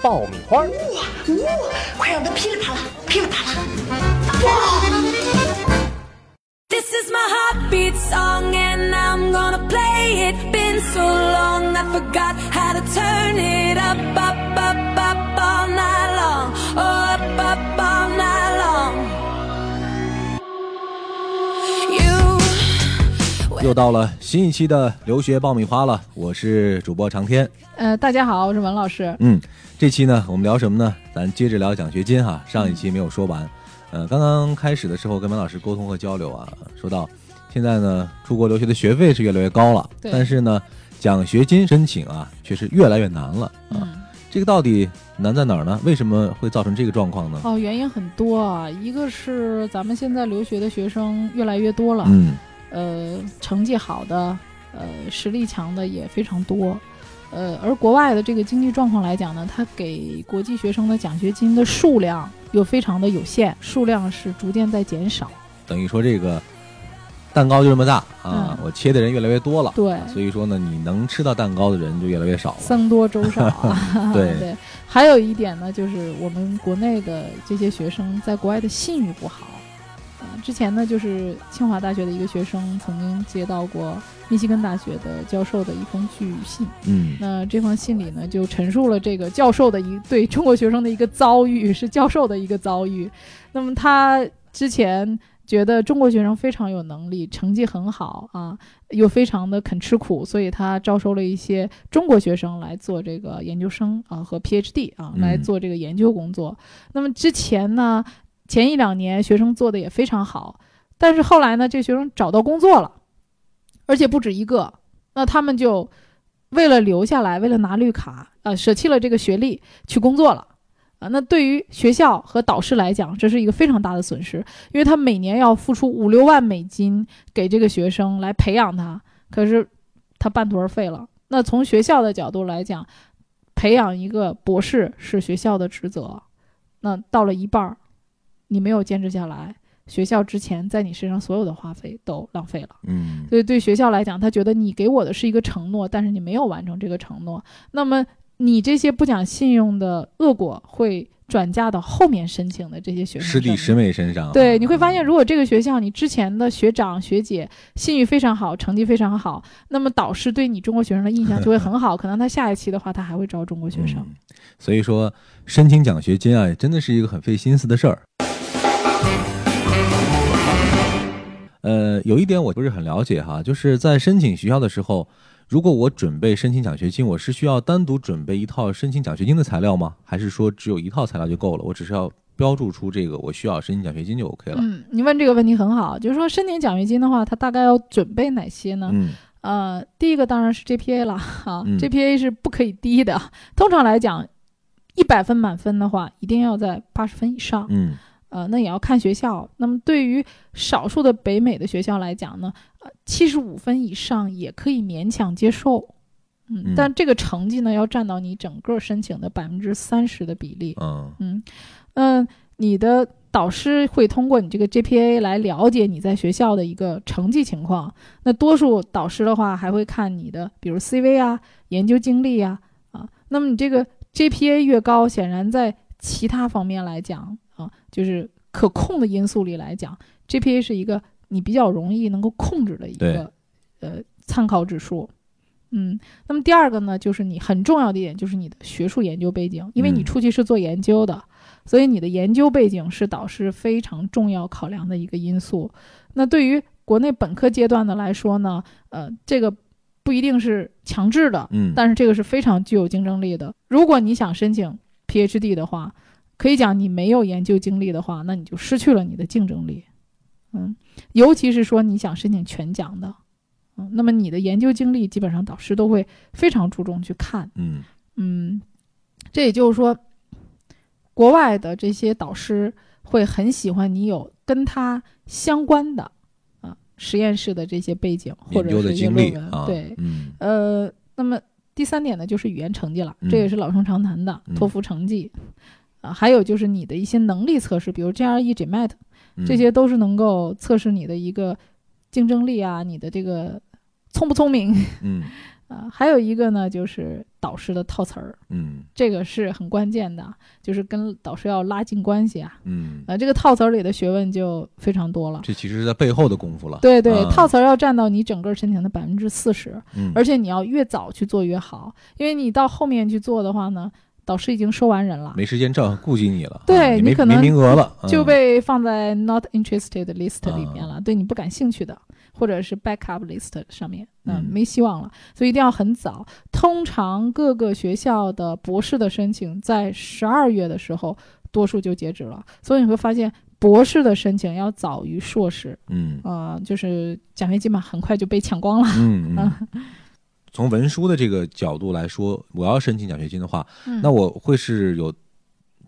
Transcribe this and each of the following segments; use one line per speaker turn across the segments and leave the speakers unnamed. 爆米花》。
呜、快让它噼里啪啦，噼里啪啦！
This is my heartbeat song, and I'm gonna play it. Been so long, I forgot how to turn it up, up, up, up all night long. Oh, up, up all night long. You.
又到了新一期的留学爆米花了，我是主播长天。
呃，大家好，我是文老师。
嗯，这期呢，我们聊什么呢？咱接着聊奖学金哈。上一期没有说完，呃，刚刚开始的时候跟文老师沟通和交流啊，说到现在呢，出国留学的学费是越来越高了，
对
但是呢，奖学金申请啊，却是越来越难了啊。
嗯，
这个到底难在哪儿呢？为什么会造成这个状况呢？
哦，原因很多啊，一个是咱们现在留学的学生越来越多了，
嗯
呃，成绩好的，呃，实力强的也非常多。呃，而国外的这个经济状况来讲呢，它给国际学生的奖学金的数量又非常的有限，数量是逐渐在减少。
等于说这个蛋糕就这么大啊，
嗯
我切的人越来越多了，
对，
所以说呢，你能吃到蛋糕的人就越来越少了。。
僧多粥少啊
对
还有一点呢，就是我们国内的这些学生在国外的信誉不好。呃之前呢，就是清华大学的一个学生曾经接到过密西根大学的教授的一封拒信，
嗯
那这封信里呢，就陈述了这个教授的一对中国学生的一个遭遇，是教授的一个遭遇。那么他之前觉得中国学生非常有能力，成绩很好啊，又非常的肯吃苦，所以他招收了一些中国学生来做这个研究生啊和 PhD 啊
嗯
来做这个研究工作。那么之前呢，前一两年学生做的也非常好，但是后来呢，这学生找到工作了，而且不止一个，那他们就为了留下来，为了拿绿卡，呃，舍弃了这个学历去工作了。啊，那对于学校和导师来讲，这是一个非常大的损失，因为他每年要付出五六万美金给这个学生来培养他，可是他半途而废了。那从学校的角度来讲，培养一个博士是学校的职责，那到了一半儿，你没有坚持下来，学校之前在你身上所有的花费都浪费了。
嗯
所以对学校来讲，他觉得你给我的是一个承诺，但是你没有完成这个承诺，那么你这些不讲信用的恶果会转嫁到后面申请的这些学生
师弟
身
师妹身上啊，
上。对，你会发现，如果这个学校你之前的学长学姐信誉非常好，成绩非常好，
嗯
那么导师对你中国学生的印象就会 很好，可能他下一期的话，他还会招中国学生。
嗯所以说申请奖学金啊，真的是一个很费心思的事儿。呃，有一点我不是很了解哈，就是在申请学校的时候，如果我准备申请奖学金，我是需要单独准备一套申请奖学金的材料吗？还是说只有一套材料就够了？我只是要标注出这个我需要申请奖学金就 OK 了？
嗯，你问这个问题很好，就是说申请奖学金的话，他大概要准备哪些呢？
嗯
呃，第一个当然是 GPA 了啊、
嗯
g p a 是不可以低的。通常来讲，一百分满分的话，一定要在八十分以上。
嗯
呃，那也要看学校。那么对于少数的北美的学校来讲呢，呃，七十五分以上也可以勉强接受。
嗯
嗯，但这个成绩呢，要占到你整个申请的百分之三十的比例。
嗯
嗯，嗯，你的导师会通过你这个 GPA 来了解你在学校的一个成绩情况。那多数导师的话，还会看你的，比如 CV 啊、研究经历啊啊。那么你这个 GPA 越高，显然在其他方面来讲啊，就是可控的因素里来讲，GPA 是一个你比较容易能够控制的一个呃参考指数。嗯，那么第二个呢，就是你很重要的一点就是你的学术研究背景，因为你
嗯
出去是做研究的，所以你的研究背景是导师非常重要考量的一个因素。那对于国内本科阶段的来说呢，呃，这个不一定是强制的，
嗯，
但是这个是非常具有竞争力的。如果你想申请 PhD 的话，可以讲你没有研究经历的话，那你就失去了你的竞争力。嗯，尤其是说你想申请全奖的，嗯，那么你的研究经历基本上导师都会非常注重去看。
嗯
嗯，这也就是说，国外的这些导师会很喜欢你有跟他相关的啊实验室的这些背景或
研
者
究
是
的
一些
经
论
历
文。
啊，
对，
嗯
呃，那么第三点呢，就是语言成绩了，
嗯
这也是老生常谈的
嗯
托福成绩。啊，还有就是你的一些能力测试，比如 E GRE、GMAT，
嗯，
这些都是能够测试你的一个竞争力啊，你的这个聪不聪明
嗯
啊。还有一个呢，就是导师的套词儿，
嗯
这个是很关键的，就是跟导师要拉近关系啊。
嗯，
啊，这个套词儿里的学问就非常多了。
这其实是在背后的功夫了。
对对，
啊
套词儿要占到你整个申请的百分之四十，
嗯
而且你要越早去做越好，因为你到后面去做的话呢，导师已经收完人了，
没时间照样顾及你了，
对
啊也
你
没
可
没
能
名额了，
就
嗯
被放在 not interested list
啊
里面了，对你不感兴趣的，或者是 backup list 上面，嗯，
嗯
没希望了，所以一定要很早。通常各个学校的博士的申请在十二月的时候，多数就截止了，所以你会发现博士的申请要早于硕士，
嗯
呃，就是奖学金嘛，很快就被抢光了。
嗯
啊
嗯。从文书的这个角度来说，我要申请奖学金的话，
嗯
那我会是有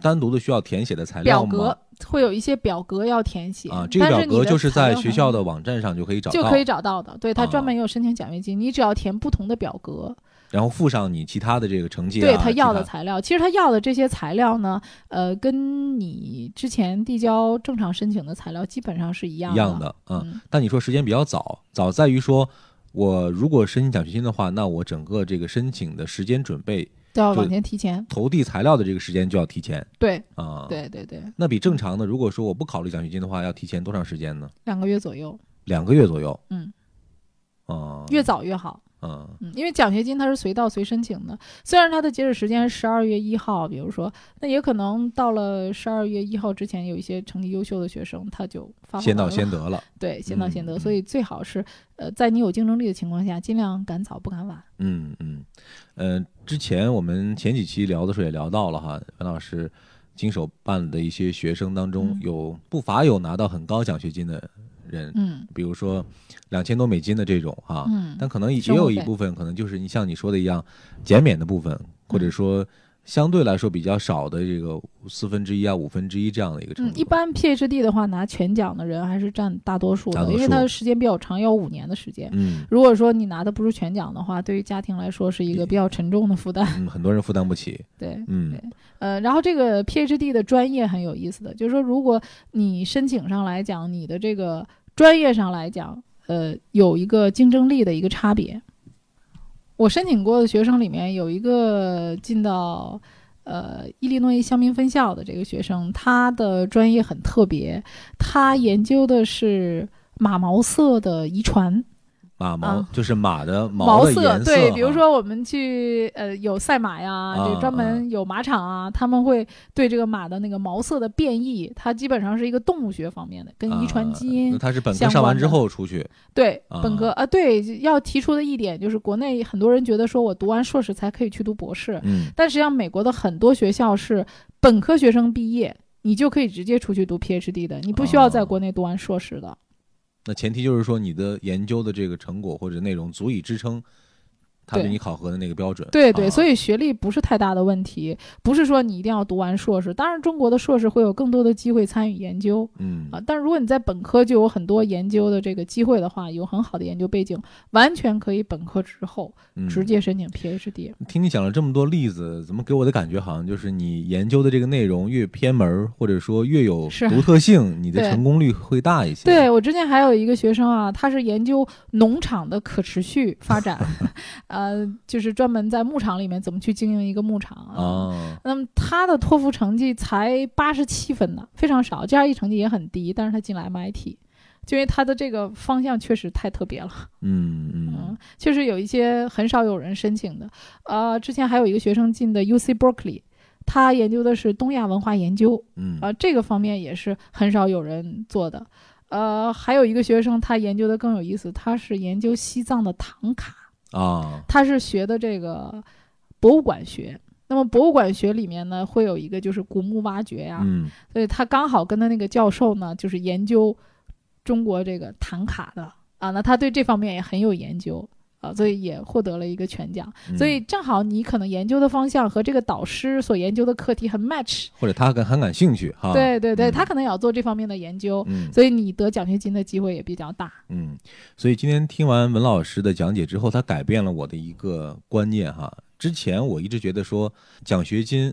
单独的需要填写的材料
表
吗？
格会有一些表格要填写
啊，这个表格就是在学校
的。
的网站上就可以找
就
到，
可以找到的，对它
啊
专门有申请奖学金，你只要填不同的表格，
然后附上你其他的这个成绩、啊，
对他要的
其
材料。其实他要的这些材料呢，呃，跟你之前递交正常申请的材料基本上是一样
一样的，嗯。
嗯，
但你说时间比较早，早在于说，我如果申请奖学金的话，那我整个这个申请的时间准备、
都要
就
往前提前。
投递材料的这个时间就要提前
对，
啊。，
对，对，对，
那比正常的，如果说我不考虑奖学金的话，要提前多长时间呢？
两个月左右，
两个月左右。
嗯，
啊，
越早越好。
嗯
嗯，因为奖学金它是随到随申请的，虽然它的截止时间是十二月一号，比如说，那也可能到了十二月一号之前，有一些成绩优秀的学生他就发放
先到
完了
先得了。
对，先到先得，
嗯
所以最好是，呃，在你有竞争力的情况下，尽量赶早不赶晚。
嗯嗯，呃，之前我们前几期聊的时候也聊到了哈，文老师经手办的一些学生当中
嗯
有不乏有拿到很高奖学金的人，
嗯
比如说两千多美金的这种哈，
嗯，
但可能也
生活
有一
费
部分可能就是你像你说的一样，减免的部分，或者
嗯
说相对来说比较少的这个四分之一啊、五分之一这样的一个程
嗯，
度。
一般 PhD 的话，拿全奖的人还是占大多数
大
的，
多
因为
数
它的时间比较长，要五年的时间。
嗯
如果说你拿的不是全奖的话，对于家庭来说是一个比较沉重的负担。
嗯，很多人负担不 起。
对，
嗯
对呃，然后这个 PhD 的专业很有意思的，就是说，如果你申请上来讲，你的这个专业上来讲，呃，有一个竞争力的一个差别。我申请过的学生里面有一个进到呃伊利诺伊乡民分校的这个学生，他的专业很特别，他研究的是马毛色的遗传。
马毛、
啊
就是马的
毛
的颜
对，
哈
比如说我们去呃有赛马呀，
啊
这专门有马场啊，他们会对这个马的那个毛色的变异，它基本上是一个动物学方面的，跟遗传基
啊
因、
那他是本科
相
上完
关
之
的
后出去，
对
啊
本科啊、对要提出的一点就是，国内很多人觉得说我读完硕士才可以去读博士，
嗯
但实际上美国的很多学校是本科学生毕业。你就可以直接出去读 PhD 的，你不需
啊
要在国内读完硕士的。，
那前提就是说你的研究的这个成果或者内容足以支撑他对
对
你考核的那个标准。
对对，
啊
所以学历不是太大的问题，不是说你一定要读完硕士。当然，中国的硕士会有更多的机会参与研究
嗯
啊，但是如果你在本科就有很多研究的这个机会的话，有很好的研究背景，完全可以本科之后
嗯
直接申请 PhD。
听你讲了这么多例子，怎么给我的感觉好像就是你研究的这个内容越偏门儿，或者说越有
是
独特性，你的
对
成功率会大一些。
对，我之前还有一个学生啊，他是研究农场的可持续发展， 呃，就是专门在牧场里面怎么去经营一个牧场
啊，
那么他的托福成绩才八十七分呢，非常少，GRE 成绩也很低，但是他进了 MIT，就因为他的这个方向确实太特别了，
嗯
嗯
嗯，
确实有一些很少有人申请的。呃，之前还有一个学生进的 UC Berkeley，他研究的是东亚文化研究，
嗯
啊、这个方面也是很少有人做的。呃，还有一个学生，他研究的更有意思，他是研究西藏的唐卡。
啊，
他是学的这个博物馆学。那么博物馆学里面呢，会有一个就是古墓挖掘呀、
嗯
所以他刚好跟他那个教授呢，就是研究中国这个唐卡的啊，那他对这方面也很有研究。啊，所以也获得了一个全奖。
嗯
所以正好你可能研究的方向和这个导师所研究的课题很 match，、
或者他很很感兴趣哈。
对对对，
啊嗯
他可能也要做这方面的研究，
嗯
所以你得奖学金的机会也比较大。
嗯，所以今天听完文老师的讲解之后，他改变了我的一个观念哈。之前我一直觉得说奖学金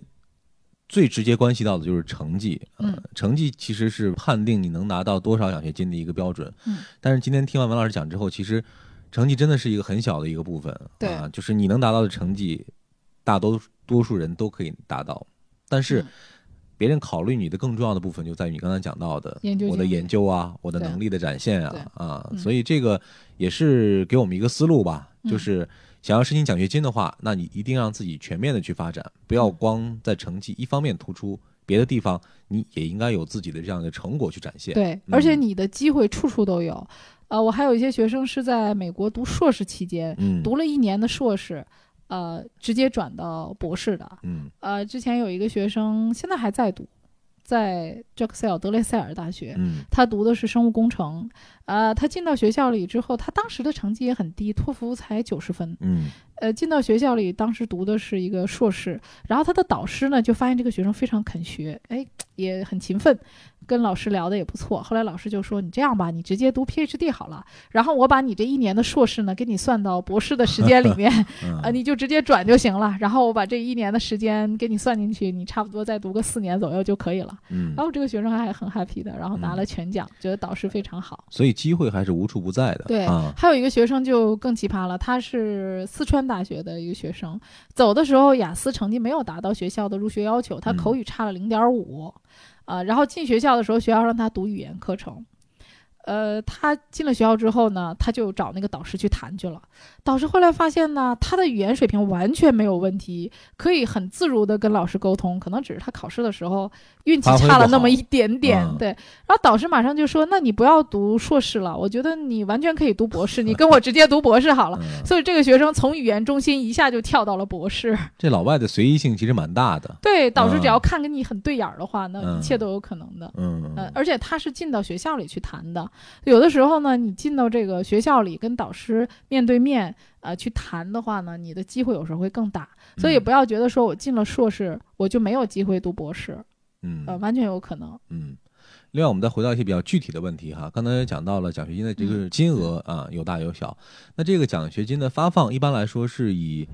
最直接关系到的就是成绩，呃
嗯
成绩其实是判定你能拿到多少奖学金的一个标准。
嗯，
但是今天听完文老师讲之后，其实成绩真的是一个很小的一个部分，
对
啊，就是你能达到的成绩，大多多数人都可以达到，但是。
嗯
别人考虑你的更重要的部分，就在于你刚才讲到的
研究
我的
经历
研究啊，我的
对
能力的展现
对
啊啊，
嗯
所以这个也是给我们一个思路吧，
嗯
就是想要申请奖学金的话，那你一定让自己全面的去发展，不
嗯
要光在成绩一方面突出，别的地方你也应该有自己的这样的成果去展现。
对，
嗯
而且你的机会处处都有。呃，我还有一些学生是在美国读硕士期间，
嗯，
读了一年的硕士，呃，直接转到博士的。
嗯
呃，之前有一个学生现在还在读，在杰克塞尔德雷塞尔大学，
嗯
他读的是生物工程。呃，他进到学校里之后，他当时的成绩也很低，托福才九十分。
嗯
呃，进到学校里，当时读的是一个硕士，然后他的导师呢就发现这个学生非常肯学，哎，也很勤奋，跟老师聊的也不错。后来老师就说：“你这样吧，你直接读 PhD 好了，然后我把你这一年的硕士呢给你算到博士的时间里面，
嗯
呃，你就直接转就行了。然后我把这一年的时间给你算进去，你差不多再读个四年左右就可以了。”
嗯
然，后这个学生还很 happy 的，然后拿
嗯
了全奖，觉得导师非常好。
所以机会还是无处不在的。
对
啊，
还有一个学生就更奇葩了，他是四川大学的一个学生，走的时候雅思成绩没有达到学校的入学要求，他
嗯
口语差了零点五，啊，然后进学校的时候，学校让他读语言课程。呃，他进了学校之后呢，他就找那个导师去谈去了。导师后来发现呢，他的语言水平完全没有问题，可以很自如的跟老师沟通，可能只是他考试的时候运气
发挥
差
不
了那
好
么一点点。
嗯
对，然后导师马上就说：“那你不要读硕士了，我觉得你完全可以读博士，你跟我直接读博士好了。”
嗯，
所以这个学生从语言中心一下就跳到了博士。
这老外的随意性其实蛮大的。
对，导师只
啊
要看跟你很对眼儿的话，那
嗯
一切都有可能的。
嗯
呃，而且他是进到学校里去谈的。有的时候呢，你进到这个学校里跟导师面对面啊、呃去谈的话呢，你的机会有时候会更大。所以
嗯
不要觉得说我进了硕士我就没有机会读博士，
嗯
呃，完全有可能。
嗯，另外我们再回到一些比较具体的问题哈，刚才也讲到了奖学金的这
嗯
个金额啊，有大有小。那这个奖学金的发放一般来说是以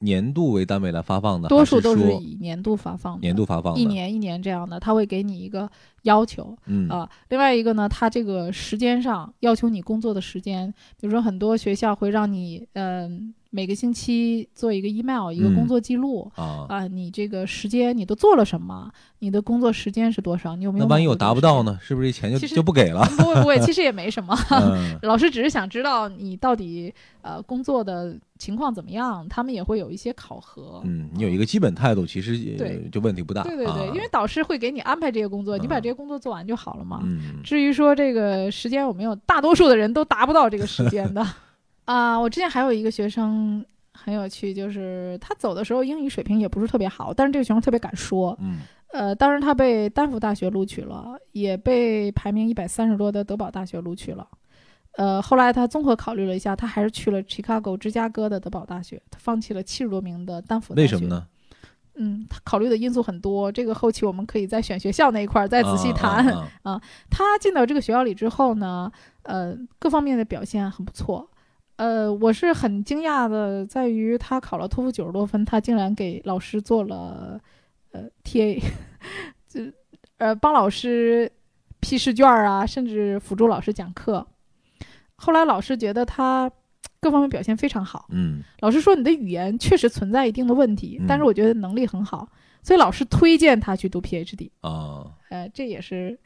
年度为单位来发放的，
多数都
还
是
是说
以年度发放的，
年度发放的？
一，年一年这样的，他会给你一个要求
嗯
啊、另外一个呢，他这个时间上要求你工作的时间，比如说很多学校会让你，嗯、每个星期做一个 email，一个
嗯
工作记录。
啊，
啊，你这个时间你都做了什么？你的工作时间是多少？你有没有？
那万一我达不到
呢？
呢？是不是这钱就
其实
就不给 了？
不会不会，其实也没什么。
嗯
老师只是想知道你到底呃工作的情况怎么样，他们也会有一些考核。
嗯，你有一个基本态度，其实也
对
就问题不大。
对对对，
啊
因为导师会给你安排这些工作，你把
嗯
这些工作做完就好了嘛。
嗯
至于说这个时间有没有，大多数的人都达不到这个时间的。啊、我之前还有一个学生很有趣，就是他走的时候英语水平也不是特别好，但是这个学生特别敢说。
嗯
呃，当时他被丹佛大学录取了，也被排名一百三十多的德堡大学录取了。呃，后来他综合考虑了一下，他还是去了 Chicago 芝加哥的德堡大学，他放弃了七十多名的丹佛大学。
为什么？呢？
嗯，他考虑的因素很多，这个后期我们可以在选学校那一块儿再仔细
啊
谈。
啊啊
他进到这个学校里之后呢，呃，各方面的表现很不错。呃，我是很惊讶的，在于他考了托福九十多分，他竟然给老师做了呃 TA，就呃帮老师批试卷儿啊，甚至辅助老师讲课。后来老师觉得他各方面表现非常好，
嗯
老师说你的语言确实存在一定的问题
嗯，
但是我觉得能力很好，所以老师推荐他去读 PhD。
啊，
呃，这也是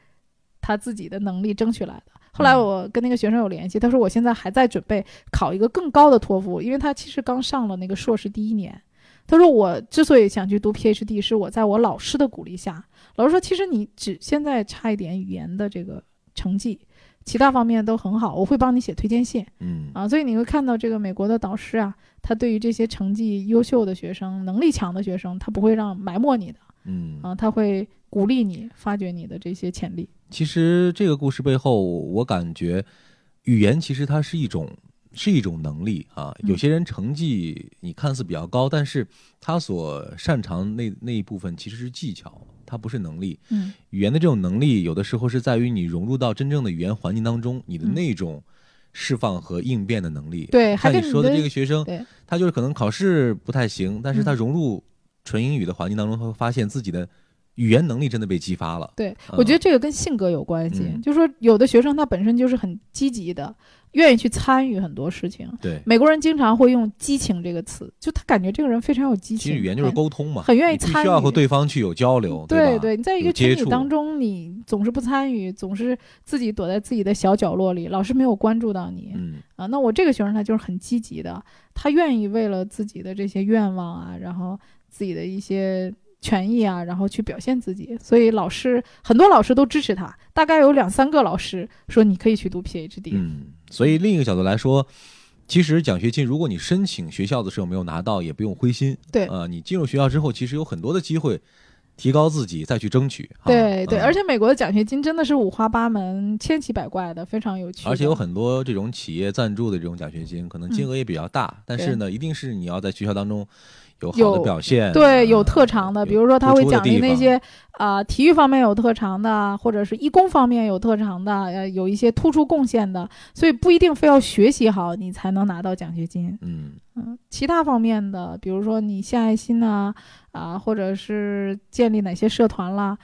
他自己的能力争取来的。后来我跟那个学生有联系，他说我现在还在准备考一个更高的托福，因为他其实刚上了那个硕士第一年。他说我之所以想去读 PhD，是我在我老师的鼓励下，老师说其实你只现在差一点语言的这个成绩，其他方面都很好，我会帮你写推荐信
嗯
啊。所以你会看到这个美国的导师啊，他对于这些成绩优秀的学生、能力强的学生，他不会让埋没你的。
嗯
啊，他会鼓励你发掘你的这些潜力。
其实这个故事背后，我感觉语言其实它是一种是一种能力啊。
嗯
有些人成绩你看似比较高，但是他所擅长那那一部分其实是技巧，它不是能力。
嗯
语言的这种能力，有的时候是在于你融入到真正的语言环境当中，你的那种释放和应变的能力。
嗯对还
像
跟
你
你
说的
的
这个学生
嗯对，
他就是可能考试不太行，但是他
嗯
融入纯英语的环境当中，他会发现自己的语言能力真的被激发了。
对，
嗯
我觉得这个跟性格有关系。
嗯
就说有的学生他本身就是很积极的，愿意去参与很多事情。
对，
美国人经常会用“激情”这个词，就他感觉这个人非常有激
其
情。
实语言就是
哎
沟通嘛，
很愿意
你必
参
须要
与
和对方去有交流，
对
吧？
你在一
有
个群
接
体
触
当中，你总是不参与，总是自己躲在自己的小角落里，老师没有关注到你、
嗯，
啊。那我这个学生他就是很积极的，他愿意为了自己的这些愿望啊，然后自己的一些权益啊，然后去表现自己。所以老师很多老师都支持他，大概有两三个老师说你可以去读 PhD。
嗯，所以另一个角度来说，其实奖学金，如果你申请学校的时候没有拿到，也不用灰心。
对
呃，你进入学校之后，其实有很多的机会提高自己，再去争取。啊
对对，
嗯
而且美国的奖学金真的是五花八门、千奇百怪的，非常有趣的。
而且有很多这种企业赞助的这种奖学金，可能
嗯
金额也比较大，但是呢，一定是你要在学校当中有好
有
的表现，
对，有
呃
特长的，
有
比如说他
突
会
出的
奖励
地
那
方
些啊、呃体育方面有特长的，或者是义工方面有特长的，呃有一些突出贡献的，所以不一定非要学习好你才能拿到奖学金。
嗯，
嗯，其他方面的，比如说你献爱心呐、啊，或者是建立哪些社团啦，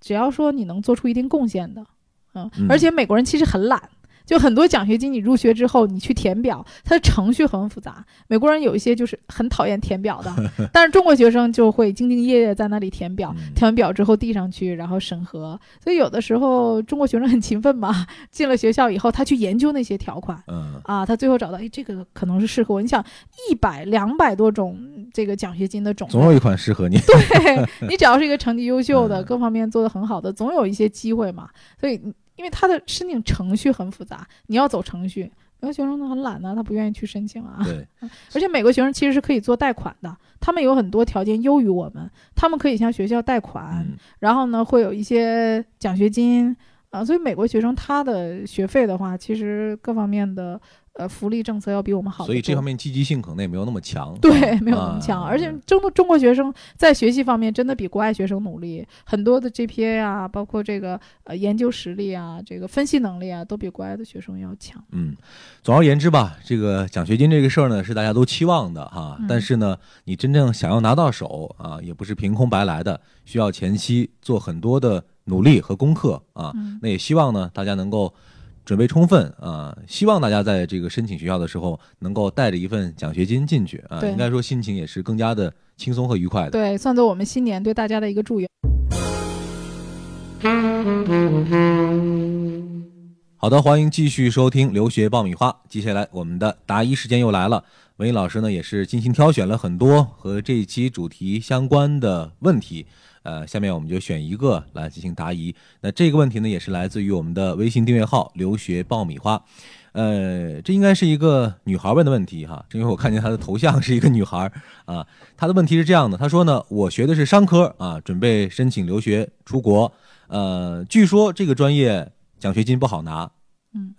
只要说你能做出一定贡献的，嗯，
嗯
而且美国人其实很懒。就很多奖学金，你入学之后，你去填表，它的程序很复杂。美国人有一些就是很讨厌填 表的，但是中国学生就会兢兢业业在那里填表，
嗯
填完表之后递上去，然后审核。所以有的时候中国学生很勤奋嘛，进了学校以后，他去研究那些条款，
嗯，
啊，他最后找到，哎，这个可能是适合我。你想，一百、两百多种嗯这个奖学金的种
总有
类，
一款适合你。
对你只要是一个成绩优秀的、
嗯
各方面做得很好的，总有一些机会嘛。所以，因为他的申请程序很复杂，你要走程序。有的学生呢很懒呢、他不愿意去申请啊。
对，
而且美国学生其实是可以做贷款的，他们有很多条件优于我们，他们可以向学校贷款，
嗯，
然后呢，会有一些奖学金啊，所以美国学生他的学费的话，其实各方面的呃福利政策要比我们好得多。
所以这方面积极性可能也没有那么强。
对没有
啊
那么强，而且中国中国学生在学习方面真的比国外学生努力，很多的 GPA 啊，包括这个呃研究实力啊，这个分析能力啊，都比国外的学生要强。
嗯，总而言之吧，这个奖学金这个事儿呢，是大家都期望的哈。
嗯
但是呢，你真正想要拿到手啊，也不是凭空白来的，需要前期做很多的努力和功课啊。
嗯
那也希望呢，大家能够准备充分啊，希望大家在这个申请学校的时候，能够带着一份奖学金进去啊。
对
应该说心情也是更加的轻松和愉快的。
对，算作我们新年对大家的一个祝愿。
好的，欢迎继续收听《留学爆米花》。接下来我们的答疑时间又来了，文艺老师呢也是精心挑选了很多和这一期主题相关的问题，呃，下面我们就选一个来进行答疑。那这个问题呢也是来自于我们的微信订阅号“留学爆米花”，呃，这应该是一个女孩问的问题哈，因为我看见她的头像是一个女孩儿啊。她的问题是这样的，她说呢，我学的是商科啊，准备申请留学出国，呃，据说这个专业奖学金不好拿，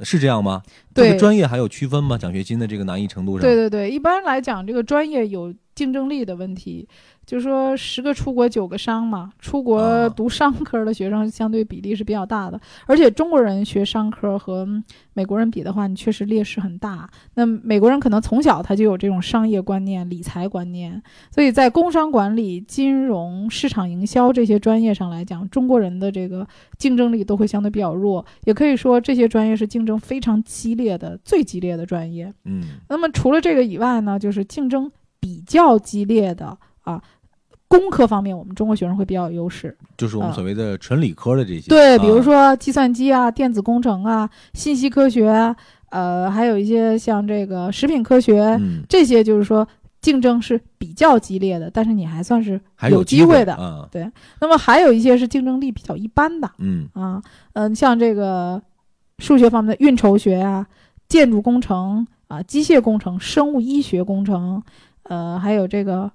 是这样吗？
嗯对
这个专业还有区分吗？奖学金的这个难易程度上？
对对对，一般来讲，这个专业有竞争力的问题，就是说十个出国九个商嘛，出
啊
国读商科的学生相对比例是比较大的，而且中国人学商科和美国人比的话，你确实劣势很大。那美国人可能从小他就有这种商业观念、理财观念，所以在工商管理、金融、市场营销这些专业上来讲，中国人的这个竞争力都会相对比较弱，也可以说这些专业是竞争非常激烈的、最激烈的专业。
嗯
那么除了这个以外呢，就是竞争比较激烈的啊，工科方面，我们中国学生会比较有优势。
就是我们
啊
所谓的纯理科的这些。
对，
啊
比如说计算机啊、电子工程啊、信息科学啊，呃，还有一些像这个食品科学，
嗯，
这些就是说竞争是比较激烈的，但是你还算是
还
有
机
会的。
啊，
那么还有一些是竞争力比较一般的
嗯
啊，嗯、像这个数学方面的运筹学啊、建筑工程啊、机械工程、生物医学工程，呃，还有这个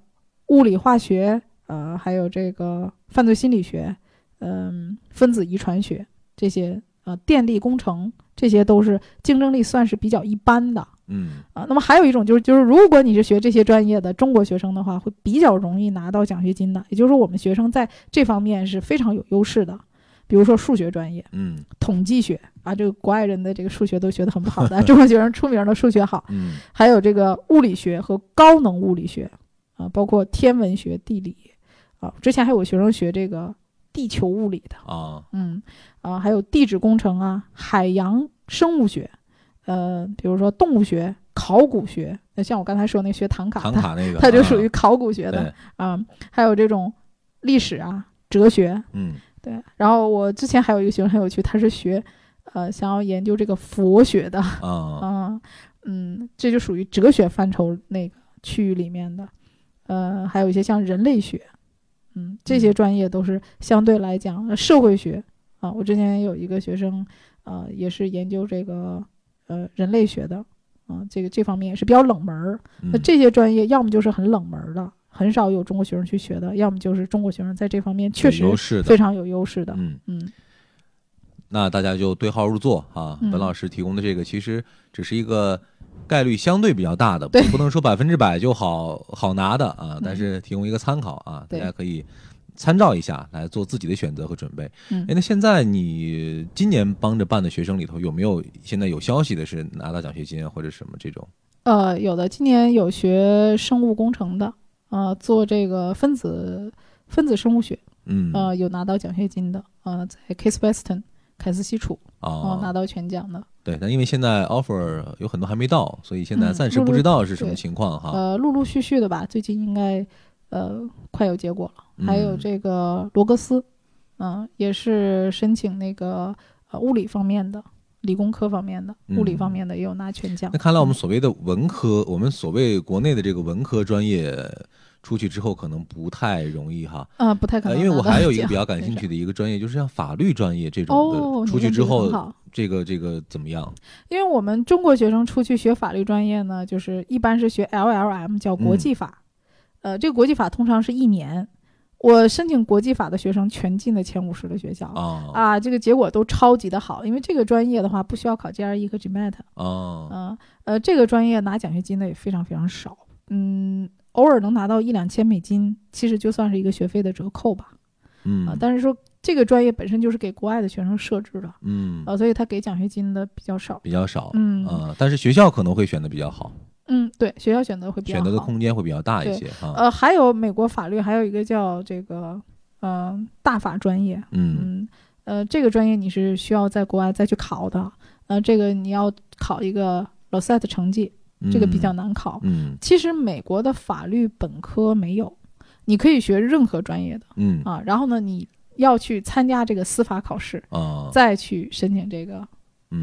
物理化学，呃，还有这个犯罪心理学，嗯、分子遗传学这些，呃，电力工程这些都是竞争力算是比较一般的。
嗯
啊。那么还有一种就是，就是如果你是学这些专业的中国学生的话，会比较容易拿到奖学金的。也就是说，我们学生在这方面是非常有优势的。比如说数学专业、
嗯
统计学啊，这个国外人的这个数学都学得很不好的，中国学生出名的数学好。
嗯
还有这个物理学和高能物理学啊，包括天文学、地理啊。之前还有学生学这个地球物理的，
啊
嗯啊，还有地质工程啊、海洋生物学，呃，比如说动物学、考古学，那像我刚才说那学唐卡
唐
的，
卡那个，
它就属
啊
于考古学的
对，
啊、还有这种历史啊、哲学，
嗯
对。然后我之前还有一个学生很有趣，他是学呃想要研究这个佛学的，
啊
啊，嗯，这就属于哲学范畴那个区域里面的，呃，还有一些像人类学，嗯，这些
嗯
专业都是相对来讲，呃社会学啊，我之前有一个学生，呃，也是研究这个呃人类学的，啊，这个这方面也是比较冷门儿。那
嗯
这些专业要么就是很冷门儿的，很少有中国学生去学的，要么就是中国学生在这方面确
有
实
优势的
非，常有优势的，
嗯，
嗯。
那大家就对号入座啊。
嗯
本老师提供的这个其实只是一个概率相对比较大的，
对嗯
不能说百分之百就好好拿的啊，但是提供一个参考啊，大
对
家可以参照一下来做自己的选择和准备。
嗯
哎，那现在你今年帮着办的学生里头有没有现在有消息的是拿到奖学金啊或者什么这种？
呃，有的今年有学生物工程的，呃，做这个分子分子生物学，
嗯
呃，有拿到奖学金的，呃，在 Case Western 凯斯西楚，呃，
哦
拿到全奖的。
对，但因为现在 offer 有很多还没到，所以现在
嗯
暂时
陆
不
陆
知道是什么
对
情况哈。
呃，陆陆续续的吧，最近应该呃快有结果了。还有
嗯
这个罗格斯，嗯、也是申请那个呃物理方面的。理工科方面的、物理
嗯
方面的也有拿全奖。
那看来我们
嗯
所谓的文科，我们所谓国内的这个文科专业出去之后，可能不太容易哈。
呃不太可
呃，
能
因
拿
为
到奖。
我还有一个比较感
真
兴
是
趣的一个专业，就是 像法律专业这种
哦，
的，
你
出去
问
之
这个很
后，
好
这个这个怎么样？
因为我们中国学生出去学法律专业呢，就是一般是学 LLM，叫国际法。
嗯
呃，这个国际法通常是一年。我申请国际法的学生全进了前五十的学校、
啊啊
啊，这个结果都超级的好，因为这个专业的话不需要考 GRE 和 GMAT，
啊
嗯、呃，这个专业拿奖学金的也非常非常少，嗯，偶尔能拿到一两千美金，其实就算是一个学费的折扣吧，
嗯
啊，但是说这个专业本身就是给国外的学生设置的，
嗯哦
啊，所以他给奖学金的比较少，
比较少
嗯
啊，但是学校可能会选的比较好，
嗯，对，学校选择会比较
选
好。
择的空间会比较大一
对
些啊。
呃，还有美国法律还有一个叫这个呃大法专业，
嗯
嗯呃，这个专业你是需要在国外再去考的，呃，这个你要考一个 LSAT 成绩，这个比较难考。
嗯
其实美国的法律本科没有，你可以学任何专业的
嗯
啊，然后呢，你要去参加这个司法考试，
啊
再去申请这个呃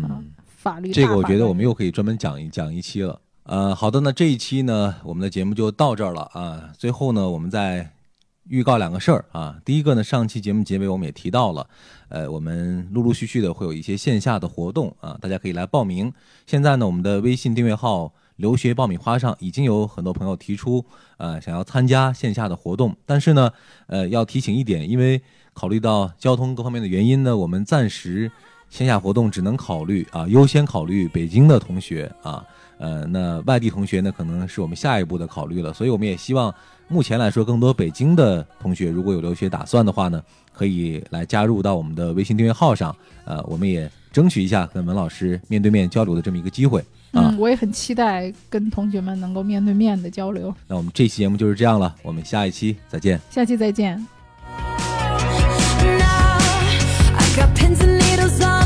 啊
嗯。
法律大法专业。
这个我觉得我们又可以专门讲一讲一期了。呃，好的，那这一期呢，我们的节目就到这儿了啊。最后呢，我们再预告两个事儿啊。第一个呢，上期节目结尾我们也提到了，呃，我们陆陆续续的会有一些线下的活动啊，大家可以来报名。现在呢，我们的微信订阅号“留学爆米花”上已经有很多朋友提出，呃，想要参加线下的活动，但是呢，呃，要提醒一点，因为考虑到交通各方面的原因呢，我们暂时线下活动只能考虑啊，优先考虑北京的同学啊，呃，那外地同学呢，可能是我们下一步的考虑了。所以我们也希望，目前来说，更多北京的同学如果有留学打算的话呢，可以来加入到我们的微信订阅号上，呃，我们也争取一下跟文老师面对面交流的这么一个机会啊。
嗯，我也很期待跟同学们能够面对面的交流。
那我们这期节目就是这样了，我们下一期再见。
下期再见。
Now I got pins and needles on Oh, Oh,